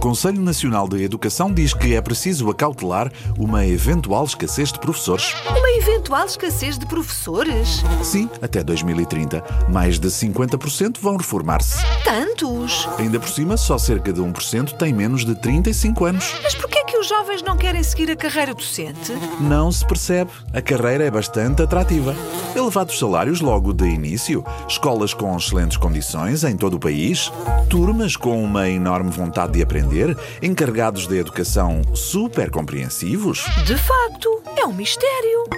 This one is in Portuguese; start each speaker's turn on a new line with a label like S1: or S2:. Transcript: S1: Conselho Nacional de Educação diz que é preciso acautelar uma eventual escassez de professores.
S2: Uma eventual escassez de professores?
S1: Sim, até 2030. Mais de 50% vão reformar-se.
S2: Tantos?
S1: Ainda por cima, só cerca de 1% tem menos de 35 anos.
S2: Mas porquê que os jovens não querem seguir a carreira docente?
S1: Não se percebe. A carreira é bastante atrativa. Elevados salários logo de início, escolas com excelentes condições em todo o país, turmas com uma enorme vontade de aprender, encarregados da educação super compreensivos.
S2: De facto, é um mistério.